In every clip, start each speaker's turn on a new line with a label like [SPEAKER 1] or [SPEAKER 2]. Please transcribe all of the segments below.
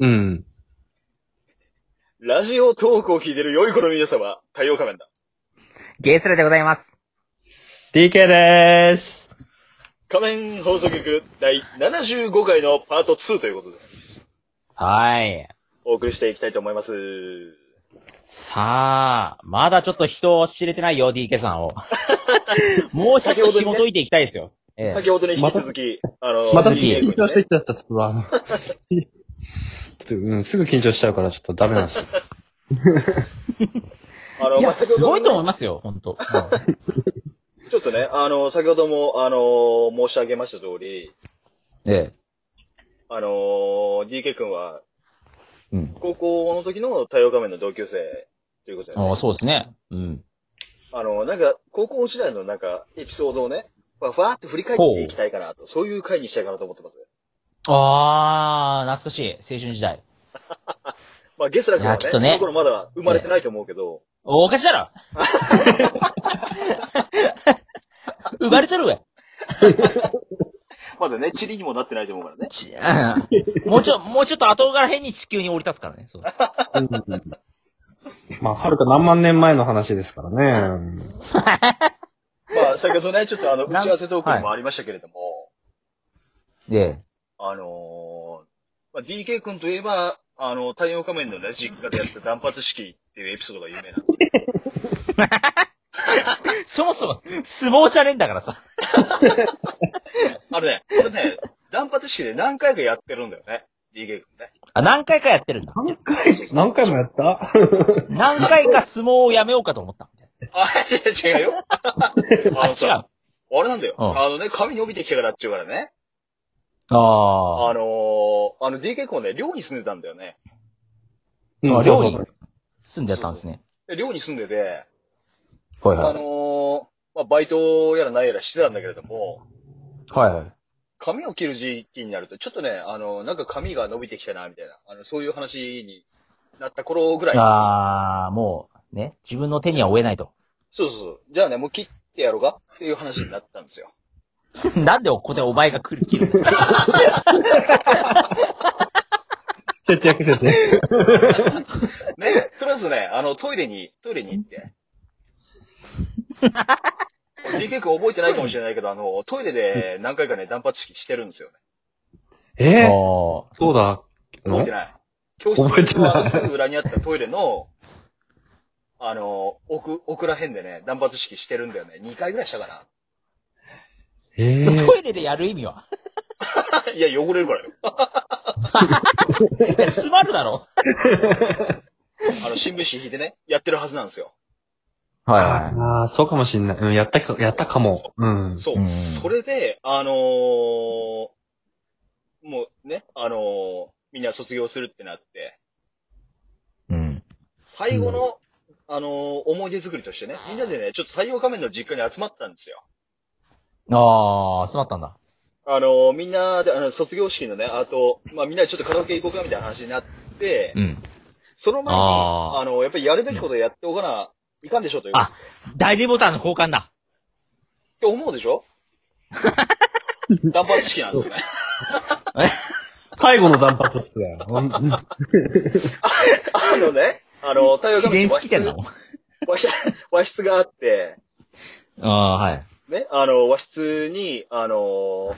[SPEAKER 1] うん。
[SPEAKER 2] ラジオトークを聞いてる良い子の皆様、太陽仮面だ。
[SPEAKER 3] ゲイスラでございます。
[SPEAKER 4] DK でーす。
[SPEAKER 2] 仮面放送局第75回のパート2ということで、
[SPEAKER 4] はい。
[SPEAKER 2] お送りしていきたいと思います。
[SPEAKER 4] さあ、まだちょっと人を知れてないよ、DK さん を。もうちょっと紐解いていきたいですよ。ええ
[SPEAKER 2] 先ほどに引き続き、あの、
[SPEAKER 4] また
[SPEAKER 2] リー
[SPEAKER 4] 緊
[SPEAKER 2] メイクにね
[SPEAKER 1] ちゃった、ちょっとわ。ちょっと、うん、すぐ緊張しちゃうから、ちょっとダメなんですよ。
[SPEAKER 2] あの、
[SPEAKER 4] い
[SPEAKER 2] まあ、
[SPEAKER 4] や、
[SPEAKER 2] 先ほ
[SPEAKER 4] す
[SPEAKER 2] ども
[SPEAKER 4] ご
[SPEAKER 2] ね
[SPEAKER 4] いと思いますよ、ほんと。うん
[SPEAKER 2] ちょっとね、あの、先ほども、あの、申し上げました通り、
[SPEAKER 4] え
[SPEAKER 2] あの、DK 君は、
[SPEAKER 4] え。うん。
[SPEAKER 2] 高校の時の太陽仮面の同級生、ということで、
[SPEAKER 4] あ
[SPEAKER 2] ね
[SPEAKER 4] あ、、そうですね。うん。
[SPEAKER 2] あの、なんか、高校時代のなんか、エピソードをね、ふわふわーっと振り返っていきたいかなと、そういう回にしたいかなと思ってます。
[SPEAKER 4] あー、懐かしい。青春時代。
[SPEAKER 2] まあ、ゲスラ君は
[SPEAKER 4] や
[SPEAKER 2] いね、
[SPEAKER 4] きっとね
[SPEAKER 2] その頃まだ生まれてないと思うけど、
[SPEAKER 4] おかしいだ ろ生まれとるわ。
[SPEAKER 2] まだね、チリにもなってないと思うからね。
[SPEAKER 4] ちうんもうちょ、もうちょっと後から変に地球に降り立つからね。そう
[SPEAKER 1] まあ、はるか何万年前の話ですからね。
[SPEAKER 2] まあ、先ほどね、ちょっとあの、
[SPEAKER 4] な
[SPEAKER 2] 打ち合わせトークにもありましたけれども、
[SPEAKER 4] で、
[SPEAKER 2] あのーまあ、DK 君といえば、あの、太陽仮面のね、実家でやった断髪式っていうエピソードが有名なんです
[SPEAKER 4] そもそも、相撲じゃねえんだからさ。
[SPEAKER 2] あのね、こ れね、断髪式で何回かやってるんだよね、DK 君ね。
[SPEAKER 4] あ、何回かやってるんだ。
[SPEAKER 1] 何回、何回もやった
[SPEAKER 4] 何回か相撲をやめようかと思った。
[SPEAKER 2] あ、違う違う よ。あの
[SPEAKER 4] 違う
[SPEAKER 2] さ。あれなんだよ。
[SPEAKER 4] うん
[SPEAKER 2] あのね、髪伸びてきたからっていうからね。
[SPEAKER 4] あ
[SPEAKER 2] あ
[SPEAKER 4] あ。
[SPEAKER 2] のー、あの DK 君ね、寮に住んでたんだよね。
[SPEAKER 4] あ
[SPEAKER 1] そ
[SPEAKER 4] 寮
[SPEAKER 1] うそう
[SPEAKER 4] に
[SPEAKER 1] そう
[SPEAKER 4] 住んでやったんですね。
[SPEAKER 2] で寮に住んでて、
[SPEAKER 4] はい
[SPEAKER 2] あのー、まあ、バイトやらないやらしてたんだけれども、
[SPEAKER 4] い。はいはい。
[SPEAKER 2] 髪を切る時期になると、ちょっとね、あの、なんか髪が伸びてきたな、みたいな、あの、そういう話になった頃ぐらい。
[SPEAKER 4] ああ、もう、ね、自分の手には負えない と。
[SPEAKER 2] そうそうそう。じゃあね、もう切ってやろうかっていう話になったんですよ。
[SPEAKER 4] なんでここでお前が来る、切るんだ
[SPEAKER 1] 節約節約。
[SPEAKER 2] ね、とりあえずね、あの、トイレに、トイレに行 って。DK 君覚えてないかもしれないけど、あの、トイレで何回かね、断髪式してるんですよね。
[SPEAKER 1] えー、
[SPEAKER 4] あ
[SPEAKER 1] そうだ。
[SPEAKER 2] 覚えて
[SPEAKER 1] ん
[SPEAKER 2] ない。教室
[SPEAKER 1] 覚えてない
[SPEAKER 2] のすぐ裏にあったトイレの、あの、奥、奥ら辺でね、断髪式してるんだよね。2回ぐらいしたかな。
[SPEAKER 1] え
[SPEAKER 4] あ。
[SPEAKER 1] ー
[SPEAKER 4] トイレでやる意味はい
[SPEAKER 2] や、汚れるからよ。
[SPEAKER 4] いや詰まるだろ
[SPEAKER 2] あの、新聞紙引いてね、やってるはずなんですよ。
[SPEAKER 4] は
[SPEAKER 1] ああ、そうかもしんない。うん、やったか、やったかも。うん。
[SPEAKER 2] そう。
[SPEAKER 4] うん
[SPEAKER 2] それで、あのーもうね、あのーみんな卒業するってなって、
[SPEAKER 4] い。うん。
[SPEAKER 2] 最後の、あのー思い出作りとしてね、みんなでね、ちょっと太陽仮面の実家に集まったんですよ。
[SPEAKER 4] ああ、詰まったんだ。
[SPEAKER 2] あのーみんなで、あの、卒業式のね、あと、まあみんなでちょっとカラオケ行こうかみたいな話になって、
[SPEAKER 4] うん。
[SPEAKER 2] その前に、
[SPEAKER 4] あ
[SPEAKER 2] あ
[SPEAKER 4] ー
[SPEAKER 2] の、やっぱりやるべきことをやっておかな、いかんでしょという。
[SPEAKER 4] あ代理ボタンの交換だ。
[SPEAKER 2] って思うでし ょ断髪式なんですよね。
[SPEAKER 1] 最後の断髪式だよ。うん
[SPEAKER 2] あのね、あの、太陽
[SPEAKER 4] 記
[SPEAKER 2] 仮
[SPEAKER 4] 念式典
[SPEAKER 2] 面の和室
[SPEAKER 4] だもん。
[SPEAKER 2] 和室、和室があって、
[SPEAKER 4] ああ、はい。
[SPEAKER 2] ね、あの、和室に、あの、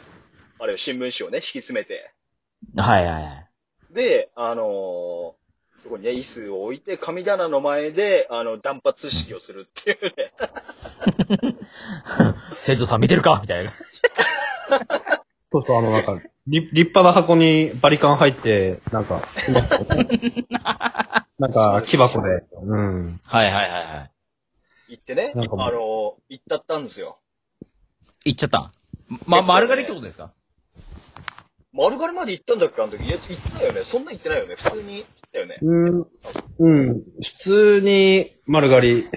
[SPEAKER 2] あれ、新聞紙をね、引き詰めて、
[SPEAKER 4] はいはいはい。
[SPEAKER 2] で、あの、そこにね、椅子を置いて、神棚の前で、あの、断髪式をするっていうね。
[SPEAKER 4] 生徒さん見てるかみたいな。
[SPEAKER 1] そうそう、あの、なんか、り立派な箱にバリカン入って、なん か、なんか、木箱で。うん。
[SPEAKER 4] はいはいはいはい。
[SPEAKER 2] 行ってね、あ
[SPEAKER 1] なんかもう
[SPEAKER 2] の、行ったったんですよ。
[SPEAKER 4] 行っちゃった。ま、
[SPEAKER 2] 結構ね
[SPEAKER 4] 丸刈りってことですか
[SPEAKER 2] 丸刈りまで行ったんだっけあの時。いや、行ってないよね。そんな行ってないよね。普通に行ったよね。
[SPEAKER 1] うん。うん。普通に、丸刈り。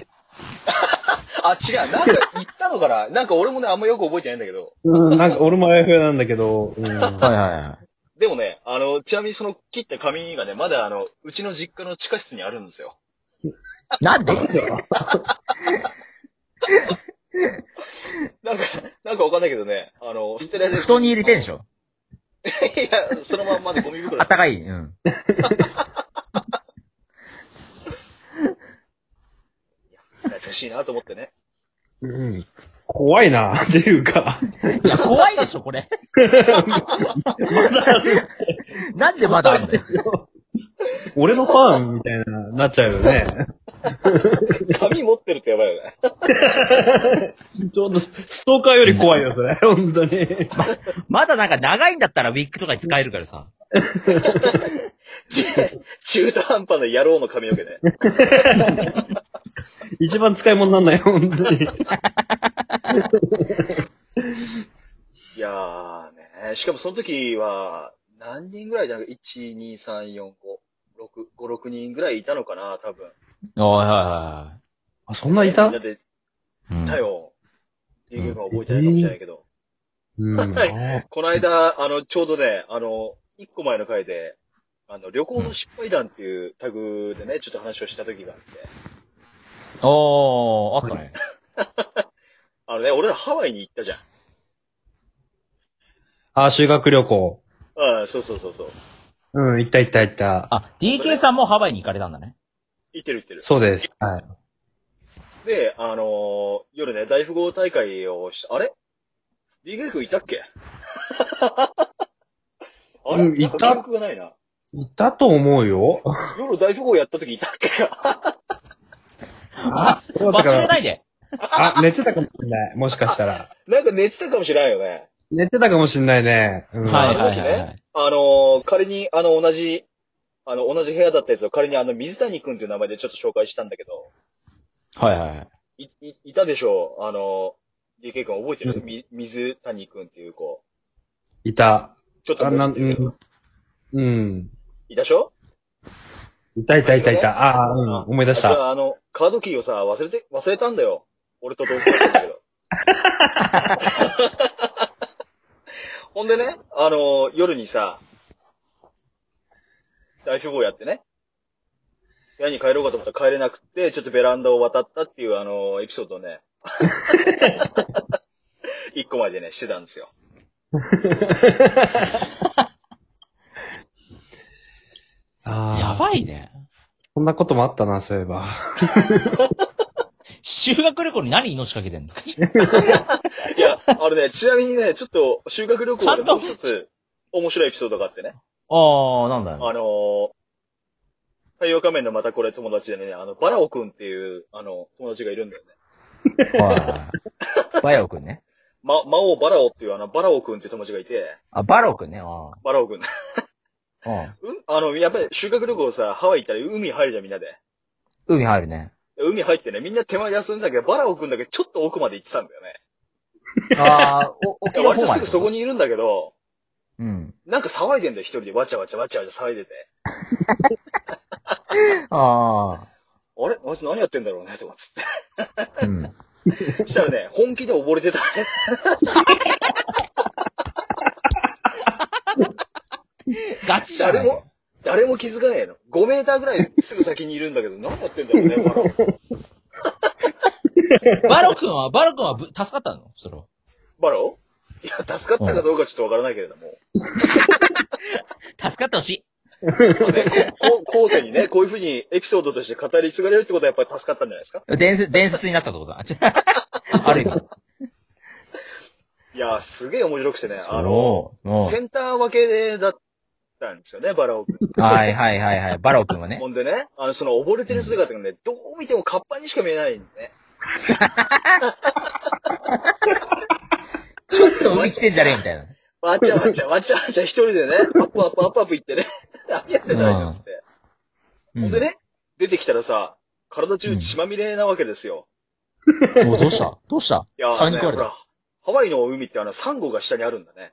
[SPEAKER 2] あ、違う。なんか行ったのかななんか俺もね、あんまよく覚えてないんだけど。
[SPEAKER 1] うん。なんか、俺もあやふやなんだけど、うん。
[SPEAKER 4] はいはいはい。
[SPEAKER 2] でもね、あの、ちなみにその切った紙がね、まだあの、うちの実家の地下室にあるんですよ。
[SPEAKER 4] なんで
[SPEAKER 2] なんか、なんかわかんないけどね、あの、捨てられる。
[SPEAKER 4] 布団に入れてんでしょ
[SPEAKER 2] いや、そのまんまでゴミ袋
[SPEAKER 4] あ
[SPEAKER 2] だ
[SPEAKER 4] ったかい。うん。
[SPEAKER 2] 優しいなと思ってね。
[SPEAKER 1] うん。怖いな、っていうか。
[SPEAKER 4] いや、怖いでしょ、これ。 なんでまだあるんだよ。
[SPEAKER 1] 俺のファンみたいな、なっちゃうよね。
[SPEAKER 2] 紙持ってるとやばいよね。
[SPEAKER 1] ちょうど、ストーカーより怖いよ、それ。 本当に。
[SPEAKER 4] まだなんか長いんだったらウィッグとかに使えるからさ。
[SPEAKER 2] 中中途半端な野郎の髪の毛ね。
[SPEAKER 1] 一番使い物になんない、本当に。
[SPEAKER 2] いやーね。しかもその時は、何人ぐらいじゃなく ?1、2、3、4、5、6、5、6人ぐらいいたのかな、多分。
[SPEAKER 4] はいは
[SPEAKER 1] あ、そんないた
[SPEAKER 2] みんなで、
[SPEAKER 4] いはい
[SPEAKER 2] だ
[SPEAKER 4] はい。
[SPEAKER 2] よ。っていうのは覚えてないかもしれないけど。
[SPEAKER 1] うん。
[SPEAKER 2] この間、あの、ちょうどね、あの、一個前の回で、あの、旅行の失敗談っていうタグでね、ちょっと話をした時があって。
[SPEAKER 4] おー、あったね。
[SPEAKER 2] あのね、俺らハワイに行ったじゃん。
[SPEAKER 1] あ、修学旅行。
[SPEAKER 2] ああ、そうそうそうそう。
[SPEAKER 1] うん、行った行った行った。
[SPEAKER 4] あ、DK さんもハワイに行かれたんだね。
[SPEAKER 2] 行ってる行ってる。
[SPEAKER 1] そうです。はい。
[SPEAKER 2] で、あのー夜ね、大富豪大会をし、あれ ?DK 君いたっけあれ
[SPEAKER 1] うんいた
[SPEAKER 2] なんか記憶がないな。
[SPEAKER 1] いたと思うよ。
[SPEAKER 2] 夜大富豪やった時いたっけ
[SPEAKER 1] あ、そうだ
[SPEAKER 4] 忘
[SPEAKER 1] か
[SPEAKER 4] れ
[SPEAKER 1] ら。
[SPEAKER 4] ないで。
[SPEAKER 1] あ、寝てたかもしんない。もしかしたら。
[SPEAKER 2] なんか寝てたかもしれないよね。
[SPEAKER 1] 寝てたかもしんないね。うん、
[SPEAKER 4] はいはいはいはい。
[SPEAKER 2] あのー仮に、あの、同じ、あの、同じ部屋だったやつを仮にあの、水谷くんという名前でちょっと紹介したんだけど、
[SPEAKER 4] はいはい。
[SPEAKER 2] い、い、いたでしょうあのー、DK くん覚えてる、
[SPEAKER 1] うん
[SPEAKER 2] み、水谷くんっていう子。
[SPEAKER 1] いた。
[SPEAKER 2] ちょっと
[SPEAKER 1] あ、
[SPEAKER 2] も
[SPEAKER 1] な、
[SPEAKER 2] うん知って
[SPEAKER 1] う
[SPEAKER 2] る
[SPEAKER 1] ん。うん。
[SPEAKER 2] いたでしょ
[SPEAKER 1] いたいたいたいた。ああー、うん。思い出し
[SPEAKER 2] あじ
[SPEAKER 1] た。
[SPEAKER 2] ゃああの、カードキーをさ、忘れて、忘れたんだよ。俺と同居だったんだ けど。ほんでね、あのー、夜にさ、大富豪やってね、部屋に帰ろうかと思ったら帰れなくて、ちょっとベランダを渡ったっていうあのー、エピソードを ね、一個までね、してたんですよ。
[SPEAKER 1] ああ。
[SPEAKER 4] やばいね。
[SPEAKER 1] そんなこともあったな、そういえば。
[SPEAKER 4] 修学旅行に何命かけてんのち
[SPEAKER 2] いや、あのね、ちなみにね、ちょっと修学旅行でもう一つ面白いエピソードがあってね。
[SPEAKER 4] ああ、なんだよ。
[SPEAKER 2] あのー、太陽仮面のまたこれ友達でね、あの、バラオくんっていう、あの、友達がいるんだよね。
[SPEAKER 4] はい。バヤオくんね。
[SPEAKER 2] ま、魔王バラオっていうあの、バラオくんっていう友達がいて、
[SPEAKER 4] あ、バロくんね。あ
[SPEAKER 2] バラオくん。
[SPEAKER 4] あうん。
[SPEAKER 2] うん、あの、やっぱり修学旅行さ、ハワイ行ったら海入るじゃんみんなで。
[SPEAKER 4] 海入るね。
[SPEAKER 2] 海入ってね、みんな手前休んだけど、バラオくんだけちょっと奥まで行ってたんだよね。
[SPEAKER 4] ああ、お、沖の
[SPEAKER 2] 割
[SPEAKER 4] 方
[SPEAKER 2] と
[SPEAKER 4] ますで
[SPEAKER 2] ぐ。そこにいるんだけど、
[SPEAKER 4] うん。
[SPEAKER 2] なんか騒いでんだよ、一人で。わちゃわちゃわちゃわちゃ騒いでて。
[SPEAKER 4] あ
[SPEAKER 2] あれあいつ何やってんだろうね、とかっつっ
[SPEAKER 4] あ。うん。
[SPEAKER 2] て。 したらね、本気で溺れてた。
[SPEAKER 4] ガチじゃ
[SPEAKER 2] 誰
[SPEAKER 4] ない。
[SPEAKER 2] も、誰も気づかねえの。5メーターぐらいすぐ先にいるんだけど、何やってんだろうね、バラオ。
[SPEAKER 4] バロくんは、バロくんはぶ助かったのそれは。
[SPEAKER 2] バロいや、助かったかどうかちょっとわからないけれども。
[SPEAKER 4] 助かってほしい。
[SPEAKER 2] まあね、こ こ後世にね、こういうふうにエピソードとして語り継がれるってことはやっぱり助かったんじゃないですか
[SPEAKER 4] 伝説、伝説になったってことだ。あちょある意味。
[SPEAKER 2] いやー、すげえ面白くてね、あの、
[SPEAKER 4] そうも
[SPEAKER 2] センター分けだったんですよね、バラオ君。
[SPEAKER 4] う。はいはいはいはい。バロくんはね
[SPEAKER 2] ほ。んでね、あの、その溺れてる姿がね、どう見てもカッパにしか見えないんでね。
[SPEAKER 4] ちょっと海来てんじゃねえみたいな。
[SPEAKER 2] わちゃわ ちゃわちゃわちゃ一人でね、アップアップアップアップ行ってね、 何やってんだあいつっつって。
[SPEAKER 4] う
[SPEAKER 2] ほん
[SPEAKER 4] ん
[SPEAKER 2] でね、出てきたらさ、体中血まみれなわけですよ。
[SPEAKER 4] おどうしたどうした
[SPEAKER 2] いや
[SPEAKER 4] 下
[SPEAKER 2] ー、
[SPEAKER 4] に食
[SPEAKER 2] ね、ほ
[SPEAKER 4] われた
[SPEAKER 2] ら、ハワイの海ってあの、サンゴが下にあるんだね。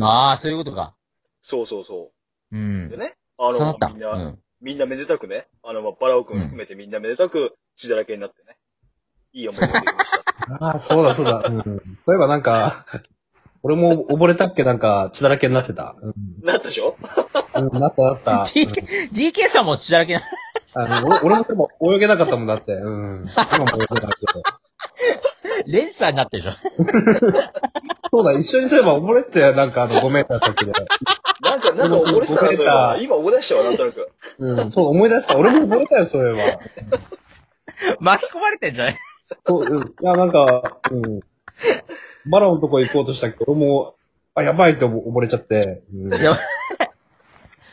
[SPEAKER 4] ああ、そういうことか。
[SPEAKER 2] そうそうそうう。
[SPEAKER 4] ん
[SPEAKER 2] で。ね、あ
[SPEAKER 4] 刺さ
[SPEAKER 2] の
[SPEAKER 4] った。、
[SPEAKER 2] みんな、
[SPEAKER 4] うん。
[SPEAKER 2] みんなめでたくね、あの、まあ、バラオ君含めてみんなめでたく血だらけになってね。いい思い出ができました。
[SPEAKER 1] ああ、そうだそうだ。うん。そういえばなんか、俺も溺れたっけなんか、血だらけになってた。うん
[SPEAKER 2] なったでしょ
[SPEAKER 1] うん、なったな った。
[SPEAKER 4] DK、DK さんも血だらけな、
[SPEAKER 1] あの、お俺もでも泳げなかったもんだって。うん。今も泳げないけど。
[SPEAKER 4] レンサーになってるじゃん。
[SPEAKER 1] そうだ、一緒にすれば溺れてたよ、なんかあの、5メーター先で。
[SPEAKER 2] なんか、なんか溺れてたな、そういえば。今溺れしたわ、なんとなく。
[SPEAKER 1] うん、そう、思い出した。俺も溺れたよ、それは。
[SPEAKER 4] 巻き込まれてんじゃない
[SPEAKER 1] そう、うん。いや、なんか、うん。マロのとこ行こうとしたけど、俺も、あ、やばいと溺れちゃって。うん、
[SPEAKER 4] やばい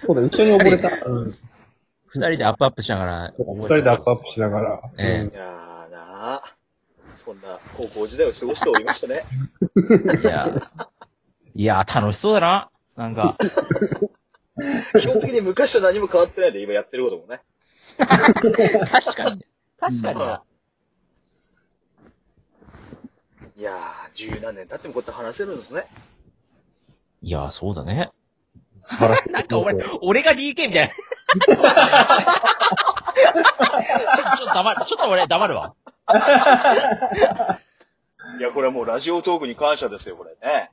[SPEAKER 1] そうだ、一緒に溺れた。うん。
[SPEAKER 4] 二人でアップアップしながら。
[SPEAKER 1] 二人でアップアップしながら。
[SPEAKER 4] ええ
[SPEAKER 2] いやーなあそんな高校時代を過ごしておりましたね。
[SPEAKER 4] いや、いや、楽しそうだな。なんか、
[SPEAKER 2] 基本的に昔と何も変わってないで、今やってることもね。
[SPEAKER 4] 確かに。確かにな。
[SPEAKER 2] いやー、十何年経ってもこうやって話せるんですね。
[SPEAKER 4] いや、そうだね。
[SPEAKER 1] 素晴らしい。
[SPEAKER 4] なんか俺、俺が DK みたい な。ちょっと黙る。ちょっと俺黙るわ。
[SPEAKER 2] いや、これはもうラジオトークに感謝ですよ、これね。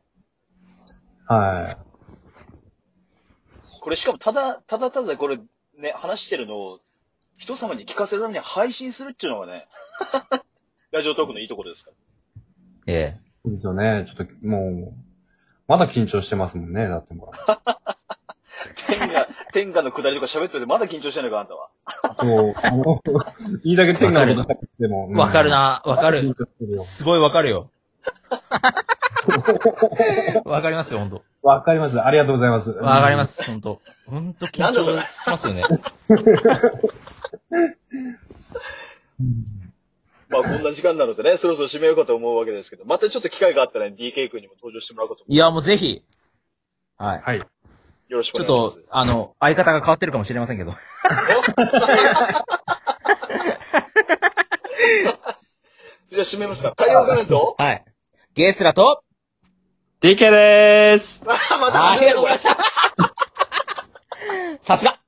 [SPEAKER 1] は
[SPEAKER 2] これしかもただ、ただただこれね、話してるのを人様に聞かせるために配信するっていうのが ね、ラジオトークのいいところですから。
[SPEAKER 4] ええ。
[SPEAKER 1] い。そうですよね。ちょっと、もう、まだ緊張してますもんね、だっても
[SPEAKER 2] 天下、天下の下りとか喋っててまだ緊張してんのか、あんたは。
[SPEAKER 1] う。もう、あの、 言いだけ天下のことしても。うん
[SPEAKER 4] わかる。な。わかる。
[SPEAKER 1] 緊張してるよ
[SPEAKER 4] すごいわかる よ。わかりますよ、ほんと。
[SPEAKER 1] わかります。ありがとうございます。。
[SPEAKER 4] わかりますす、ほんと。ほんと緊
[SPEAKER 2] なんだそれ
[SPEAKER 4] 張しますよね。
[SPEAKER 2] まあこんな時間なのでね、そろそろ締めようかと思うわけですけど、またちょっと機会があったら、ね、DK 君にも登場してもらうことも
[SPEAKER 4] いや、もうぜひ。はい。
[SPEAKER 1] はい。
[SPEAKER 2] よろしくお
[SPEAKER 4] ちょ
[SPEAKER 2] 願
[SPEAKER 4] っ
[SPEAKER 2] いします。
[SPEAKER 4] と、あの、相方が変わってるかもしれませんけど。
[SPEAKER 2] じゃあ締めますか。太陽コメント
[SPEAKER 4] はい。ゲースラと、
[SPEAKER 5] DK でーす
[SPEAKER 2] あまた
[SPEAKER 4] あ
[SPEAKER 2] 始めるのこれ。
[SPEAKER 4] さすが